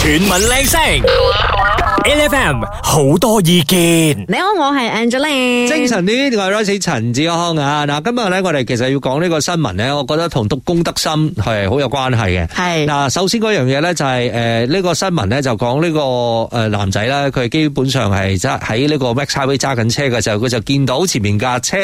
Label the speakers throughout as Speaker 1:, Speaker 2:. Speaker 1: 全民靚聲，LFM 好多意見。
Speaker 2: 你好，我係 Angeline。
Speaker 3: 精神啲，我係 Royce 陳志康啊！嗱，今日咧我哋其實要講呢個新聞咧，我覺得同讀公德心係好有關係嘅。
Speaker 2: 係
Speaker 3: 嗱，首先嗰樣嘢咧就係誒呢個新聞咧就講呢個誒男仔啦，佢基本上係揸喺呢個 Max Highway 揸緊車嘅時候，佢就見到前面架車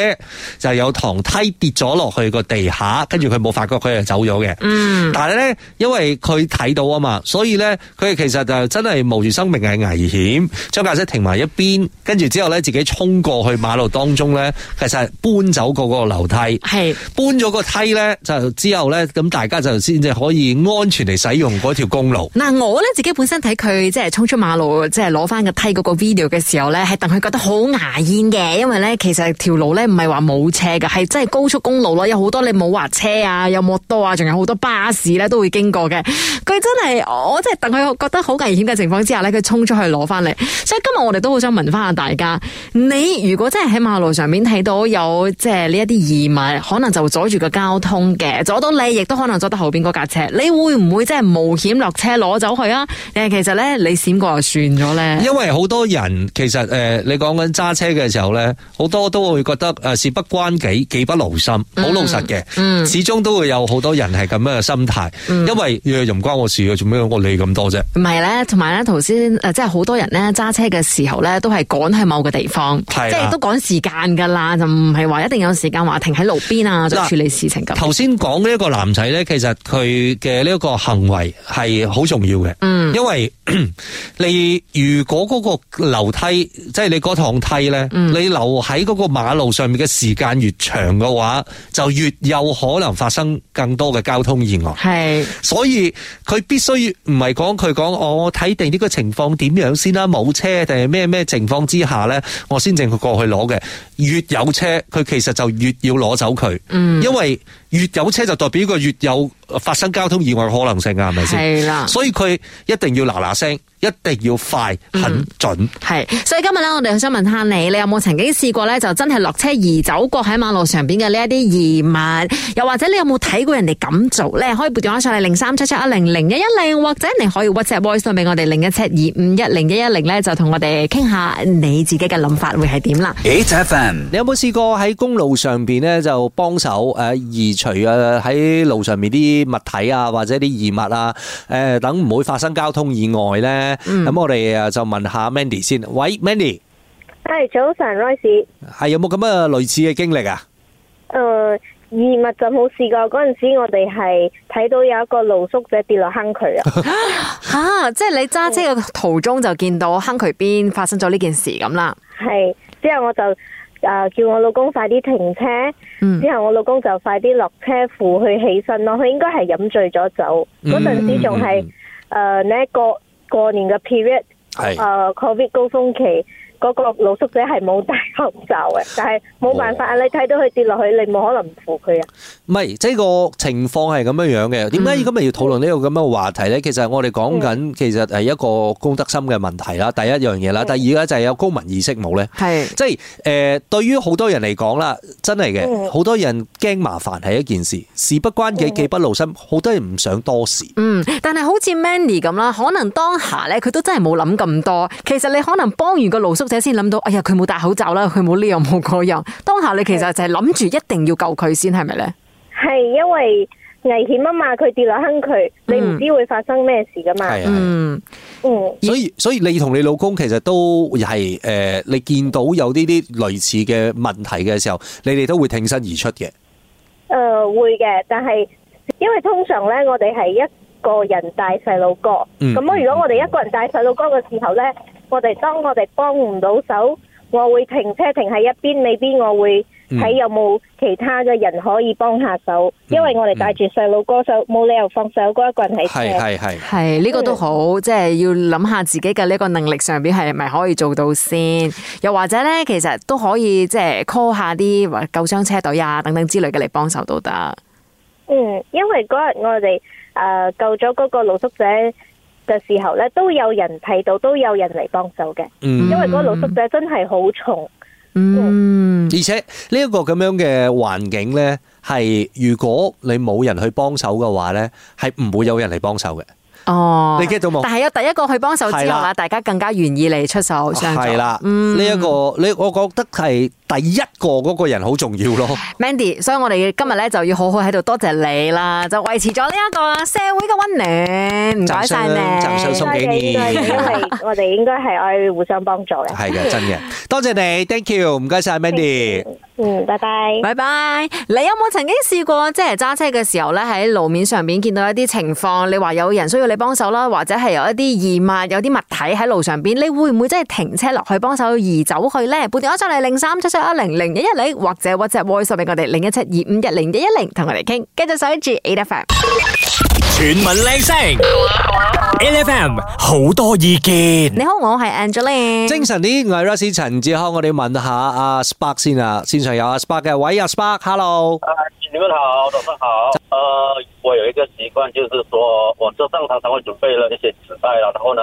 Speaker 3: 就有堂梯跌咗落去個地下，跟住佢冇發覺佢就走咗嘅。
Speaker 2: 嗯，
Speaker 3: 但係咧，因為佢睇到啊嘛，所以咧佢其實就真係冒住生命嘅危險，將架車停埋一邊，跟住之後咧自己衝過去馬路當中咧，其實係搬走嗰個樓梯。
Speaker 2: 係
Speaker 3: 搬咗個梯咧，就之後咧，咁大家就先至可以安全嚟使用嗰條公路。
Speaker 2: 嗱，我咧自己本身睇佢即係衝出馬路，即係攞翻個梯嗰個 video 嘅時候咧，係戥佢覺得好牙煙嘅，因為咧其實條路咧唔係話冇車㗎，係真係高速公路咯，有好多你冇滑車啊，有摩多啊，仲有好多巴士咧都會經過嘅。佢真係我即係戥佢覺得好危險嘅情況之下咧，佢衝出去攞翻嚟。所以今日我哋都好想問翻下大家，你如果真係喺馬路上面睇到有即係呢一啲異物，可能就會阻住個交通嘅，阻到你，亦都可能阻到後邊嗰架車，你會唔會真係冒險落車攞走佢啊？誒，其實咧你閃過就算咗咧，
Speaker 3: 因為好多人其實誒、呃你講緊揸車嘅時候咧，好多都會覺得誒、呃事不關己，己不勞心，好老實嘅。始終都會有好多人係咁樣嘅心態，因為呃又唔關我事嘅，做咩我理咁多啫？
Speaker 2: 唔係咧，同埋咧頭先誒，即係好多人咧揸車嘅時候咧，都係趕去某個地方，即
Speaker 3: 係啦
Speaker 2: 係都趕時間㗎啦，就唔係話一定有時間話停喺路邊啊，就
Speaker 3: 嗱
Speaker 2: 處理事情咁。
Speaker 3: 頭先講呢一個男仔咧，其實佢嘅呢一個行為係好重要嘅，嗯，因為 你如果嗰個樓梯，即係你嗰趟梯咧，你留喺嗰個馬路上面嘅時間越長嘅話，就越有可能發生更多嘅交通意外。
Speaker 2: 係。
Speaker 3: 所以佢必須唔係講佢講哦我睇定呢個情況點樣先啦，冇車定係咩咩情況之下咧，我先正佢過去攞嘅。越有車，佢其實就越要攞走佢，嗯、因為越有車就代表佢越有發生交通意外嘅可能性啊，係咪先？
Speaker 2: 係啦
Speaker 3: 所以佢一定要嗱嗱聲，一定要快、很準。
Speaker 2: 系，所以今日咧，我哋想問下你，你有冇曾經試過咧，就真係落車移走過喺馬路上邊嘅呢一啲異物？又或者你有冇睇過人哋咁做咧？可以撥電話上嚟零三七七一零零一一零，或者你可以 WhatsApp voice 到俾我哋零一七二五一零一一零咧，就同我哋傾下你自己嘅諗法會係點啦。
Speaker 1: 8FM
Speaker 3: 你有冇試過喺公路上邊咧就幫手誒移除啊喺路上面啲物體啊或者啲異物啊誒等唔會發生交通意外咧？咁、我哋啊就問下 Mandy 先。喂，Mandy
Speaker 4: 係早晨，Rice。
Speaker 3: 係有冇咁嘅類似嘅經歷啊？
Speaker 4: 誒、異呃物就冇試過。嗰陣時我哋係睇到有一個露宿者跌落坑渠啊。
Speaker 2: 吓、即係你揸車嘅途中就見到坑渠邊發生咗呢件事咁啦。
Speaker 4: 係之後我就誒、呃叫我老公快啲停車。
Speaker 2: 嗯
Speaker 4: 之後我老公就快啲落車扶佢起身咯。佢應該係飲醉咗酒。
Speaker 3: 嗯
Speaker 4: 嗰陣時仲係誒呢個過年嘅 period。
Speaker 3: 係
Speaker 4: 誒、covid 高峰期嗰、個露宿者係冇戴口罩嘅，但係冇辦法啊！你睇到佢跌落去，你冇可能唔扶佢啊！
Speaker 3: 唔係，即係個情況係咁樣樣嘅。點解今日要討論呢個咁嘅話題呢？其實我哋講緊其實係一個公德心嘅問題啦，第一樣嘢啦，第二咧就係有公民意識冇呢。
Speaker 2: 係
Speaker 3: 即係誒、呃，對於好多人嚟講啦，真係嘅，
Speaker 4: 嗯
Speaker 3: 好多人驚麻煩係一件事，事不關己，己不勞心，好多人唔想多事。
Speaker 2: 嗯，但係好似 Mandy 咁啦，可能當下咧佢都真係冇諗咁多。其實你可能幫完個露宿者先諗到，哎呀佢冇戴口罩啦，佢冇呢樣冇嗰樣。當下你其實就係諗住一定要救佢先，係咪咧？
Speaker 4: 係因為危險啊嘛，佢跌落坑渠，你唔知會發生咩事噶嘛。
Speaker 3: 係嗯啊，
Speaker 2: 嗯，
Speaker 4: 嗯，
Speaker 3: 所以所以你同你老公其實都係誒、呃你見到有呢啲類似嘅問題嘅時候，你哋都會挺身而出嘅。
Speaker 4: 誒、會呃嘅，但係因為通常呢，我哋係一個人帶細路哥。咁、
Speaker 3: 嗯
Speaker 4: 如果我哋一個人帶細路哥嘅時候呢，我哋當我哋幫唔到手，我會停車停喺一邊，未必我會
Speaker 3: 嗯
Speaker 4: 睇有冇其他嘅人可以幫下手，因為我
Speaker 3: 嗯
Speaker 4: 哋帶住細路哥，手冇理由放細路哥一個人喺車。
Speaker 3: 係係係。
Speaker 2: 係呢個都好，即係要諗下自己嘅呢個能力上邊係咪可以做到先。又或者咧，其實都可以即係 call 下啲或救傷車隊啊等等之類嘅嚟幫手都得。
Speaker 4: 嗯，因為嗰日我哋誒、呃救咗嗰個露宿者嘅時候咧，都有人睇到，都有人嚟幫手嘅。
Speaker 3: 嗯
Speaker 4: 因為嗰個露宿者真係好重，
Speaker 2: 嗯，
Speaker 3: 而且呢一個咁樣嘅環境呢，係如果你冇人去幫手嘅話呢，係唔會有人嚟幫手嘅。
Speaker 2: 哦，
Speaker 3: 你 get 到冇？
Speaker 2: 但係有第一個去幫手之後
Speaker 3: 係
Speaker 2: 啦，
Speaker 3: 啦
Speaker 2: 大家更加願意嚟出手相助。
Speaker 3: 系啊啦，呢一個你我覺得係第一個嗰個人好重要咯。
Speaker 2: Mandy，所以我哋今日咧就要好好喺度多謝你啦，就維持咗呢一個社會嘅温暖，唔該晒
Speaker 3: 掌聲
Speaker 2: 你
Speaker 3: 送。
Speaker 4: 多謝
Speaker 3: 幾年
Speaker 4: 應該因為我哋應該係愛互相幫助 嘅。
Speaker 3: 係嘅，真嘅，多謝你，thank you，唔該晒 Mandy。
Speaker 4: 嗯，拜拜。
Speaker 2: 拜拜！你有冇曾經試過即係揸車嘅時候咧，喺路面上邊見到一啲情況，你話有人需要你幫手啦，或者係有一啲異物、有啲物體喺路上邊，你會唔會真係停車落去幫手移走佢咧？撥電話上嚟零三七七一零零一一零，或者 WhatsApp voice 俾我哋零一七二五一零一一零，同我哋傾。繼續守住 A F M。
Speaker 1: 全民靚聲，LFM 好多意見
Speaker 2: 你好，我係 Angeline。
Speaker 3: 精神啲，我係 Rusty 陳志康，我哋問下阿 Spark 先啊，線上有阿 Spark 嘅，喂，阿 Spark，hello，
Speaker 5: 啊，你们好，早上好。呃，我有一个习惯，就是说我车上常常会准备了一些纸袋了，然后呢，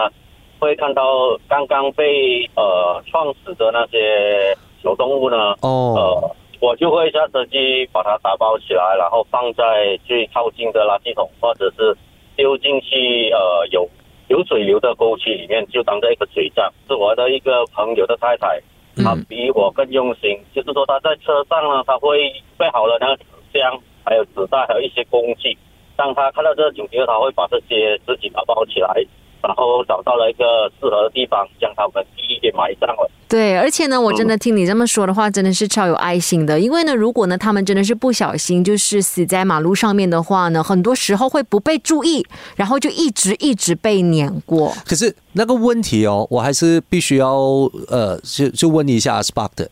Speaker 5: 会看到刚刚被呃撞死的那些小动物呢，
Speaker 3: 哦，
Speaker 5: 呃，我就会下车去把它打包起来，然后放在最靠近的垃圾桶，或者是丢进去呃有有水流的沟渠里面，就当做一个水站。是我的一个朋友的太太，她比我更用心，就是说她在车上呢，她会备好了那个纸箱，还有纸袋，还有一些工具。当她看到这个警情，她会把这些自己打包起来。然后找到了一个适合的地方，将它们第一给埋葬了。
Speaker 2: 对，而且呢，我真的听你这么说的话，真的是超有爱心的。因为呢，如果呢他们真的是不小心就是死在马路上面的话呢，很多时候会不被注意，然后就一直一直被碾过。
Speaker 3: 可是那个问题哦，我还是必须要呃，就就问一下 Spark 的，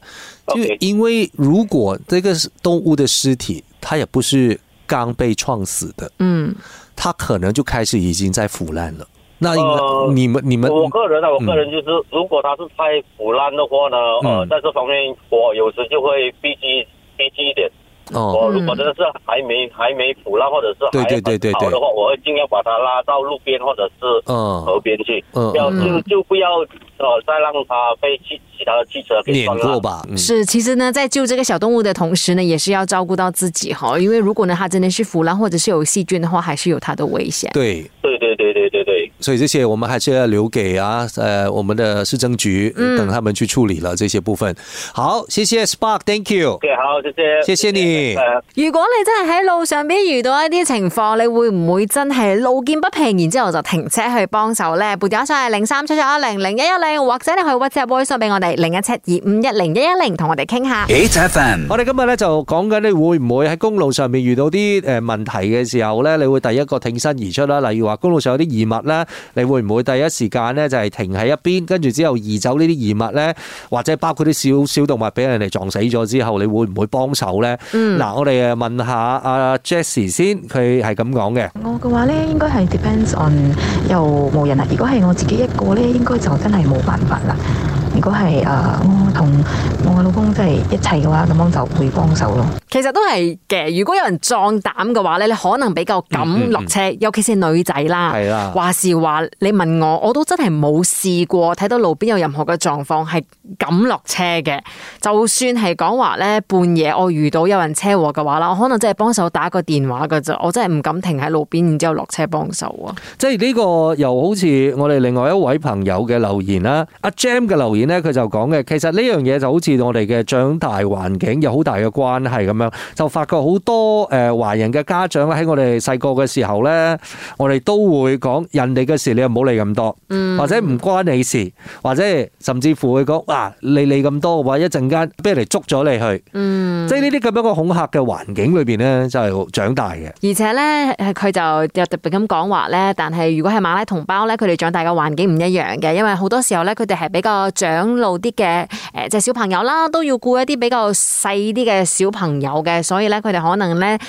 Speaker 3: 就
Speaker 5: OK
Speaker 3: 因为如果这个动物的尸体，它也不是刚被撞死的，
Speaker 2: 嗯，
Speaker 3: 它可能就开始已经在腐烂了。那应该、
Speaker 5: 呃
Speaker 3: 你们你们
Speaker 5: 我个人呢，啊我
Speaker 3: 嗯
Speaker 5: 个人就是，如果它是太腐烂的话呢，呃
Speaker 3: 嗯，
Speaker 5: 在这方面我有时就会避忌避忌一点。
Speaker 3: 哦
Speaker 5: 我如果真的是还没还没腐烂，或者是还
Speaker 3: 对对对对
Speaker 5: 很好的话，我会尽量把它拉到路边或者是河
Speaker 3: 嗯
Speaker 5: 边去，
Speaker 3: 嗯
Speaker 5: 要
Speaker 3: 嗯
Speaker 5: 就就不要呃再让它被汽其他的汽车给
Speaker 3: 碾
Speaker 5: 撞
Speaker 3: 过
Speaker 5: 烂。
Speaker 3: 吧，嗯
Speaker 2: 是，其实呢，在救这个小动物的同时呢，也是要照顾到自己哈，因为如果呢它真的是腐烂或者是有细菌的话，还是有它的危险。
Speaker 3: 对。
Speaker 5: 对对对对对对。
Speaker 3: 所以这些我们还是要留给啊，呃，我们的市政局等他们去处理了这些部分。好，谢谢 Spark，Thank you。
Speaker 5: OK，好，谢谢，
Speaker 3: 谢谢你
Speaker 5: 呃
Speaker 2: 如果你真係喺路上邊遇到一啲情況，你會唔會真係路見不平，然之後就停車去幫手呢？撥電話上嚟零三七七一零零一一零，或者你去 WhatsApp voice 俾我哋零一七二五一零一一零，同我哋傾 下。
Speaker 1: ，8FM
Speaker 3: 我哋今日咧就講緊你會唔會喺公路上面遇到啲誒問題嘅時候咧，你會第一個挺身而出啦。例如話公路上有啲異物啦，你會唔會第一時間咧就係停喺一邊，跟住之後移走呢啲異物咧，或者包括啲小小動物俾人哋撞死咗之後，你會唔會幫手咧？嗱、我哋誒問下阿 Jessie 先，佢係咁講嘅。
Speaker 6: 我嘅話咧，應該係 depends on 又無人啦。啊如果係我自己一個咧，應該就真係冇辦法啦。如果係誒、呃我同我老公真係一齊嘅話，咁樣就會幫手咯。
Speaker 2: 其實都係嘅，如果有人壯膽嘅話咧，你可能比較敢落車，尤其是女仔啦。
Speaker 3: 係啦
Speaker 2: 話是話，你問我，我都真係冇試過睇到路邊有任何嘅狀況係敢落車嘅。就算係講話咧，半夜我遇到有人車禍嘅話啦，我可能真係幫手打個電話嘅啫，我真係唔敢停喺路邊，然之後落車幫手啊。
Speaker 3: 即係呢個又好似我哋另外一位朋友嘅留言啦，阿 Jam 嘅留言呢，佢就講嘅，其實呢樣嘢就好似我哋嘅長大環境有好大嘅關係咁樣，就發覺好多誒、呃、華人嘅家長咧喺我哋細個嘅時候呢，我哋都會講人哋嘅事你又唔好理咁多，或者唔關你事，或者甚至乎會講啊你理咁多嘅話，一陣間俾人哋捉咗你去，
Speaker 2: 嗯。
Speaker 3: 即係呢啲咁樣嘅恐嚇嘅環境裏邊呢，就係長大嘅。
Speaker 2: 而且咧，係佢就又特別咁講話咧。但係如果係馬拉同胞咧，佢哋長大嘅環境唔一樣嘅，因為好多時候咧，佢哋係比較長老啲嘅，誒、即係小朋友啦，都要顧一啲比較細啲嘅小朋友嘅，所以咧，佢哋可能咧，誒、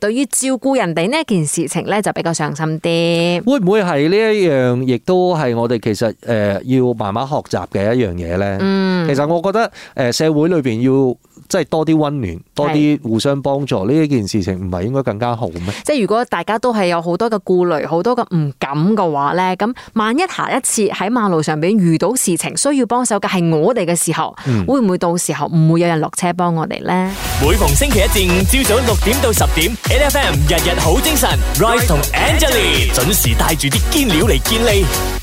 Speaker 2: 對於照顧人哋呢一件事情咧，就比較上心啲。
Speaker 3: 會唔會係呢一樣，亦都係我哋其實誒、呃要慢慢學習嘅一樣嘢咧？嗯，其實我覺得誒、呃社會裏邊要即係多啲温暖，多啲互相幫助，呢一件事情唔係應該更加好咩？
Speaker 2: 即係如果大家都係有好多嘅顧慮、好多嘅唔敢嘅話咧，咁萬一下一次喺馬路上邊遇到事情需要幫手嘅係我哋嘅時候，會唔會到時候唔會有人落車幫我哋咧？
Speaker 1: 每逢星期一至五朝早六點到十點，N F M 日日好精神，Rise 同 Angelie 準時帶住啲堅料嚟健利。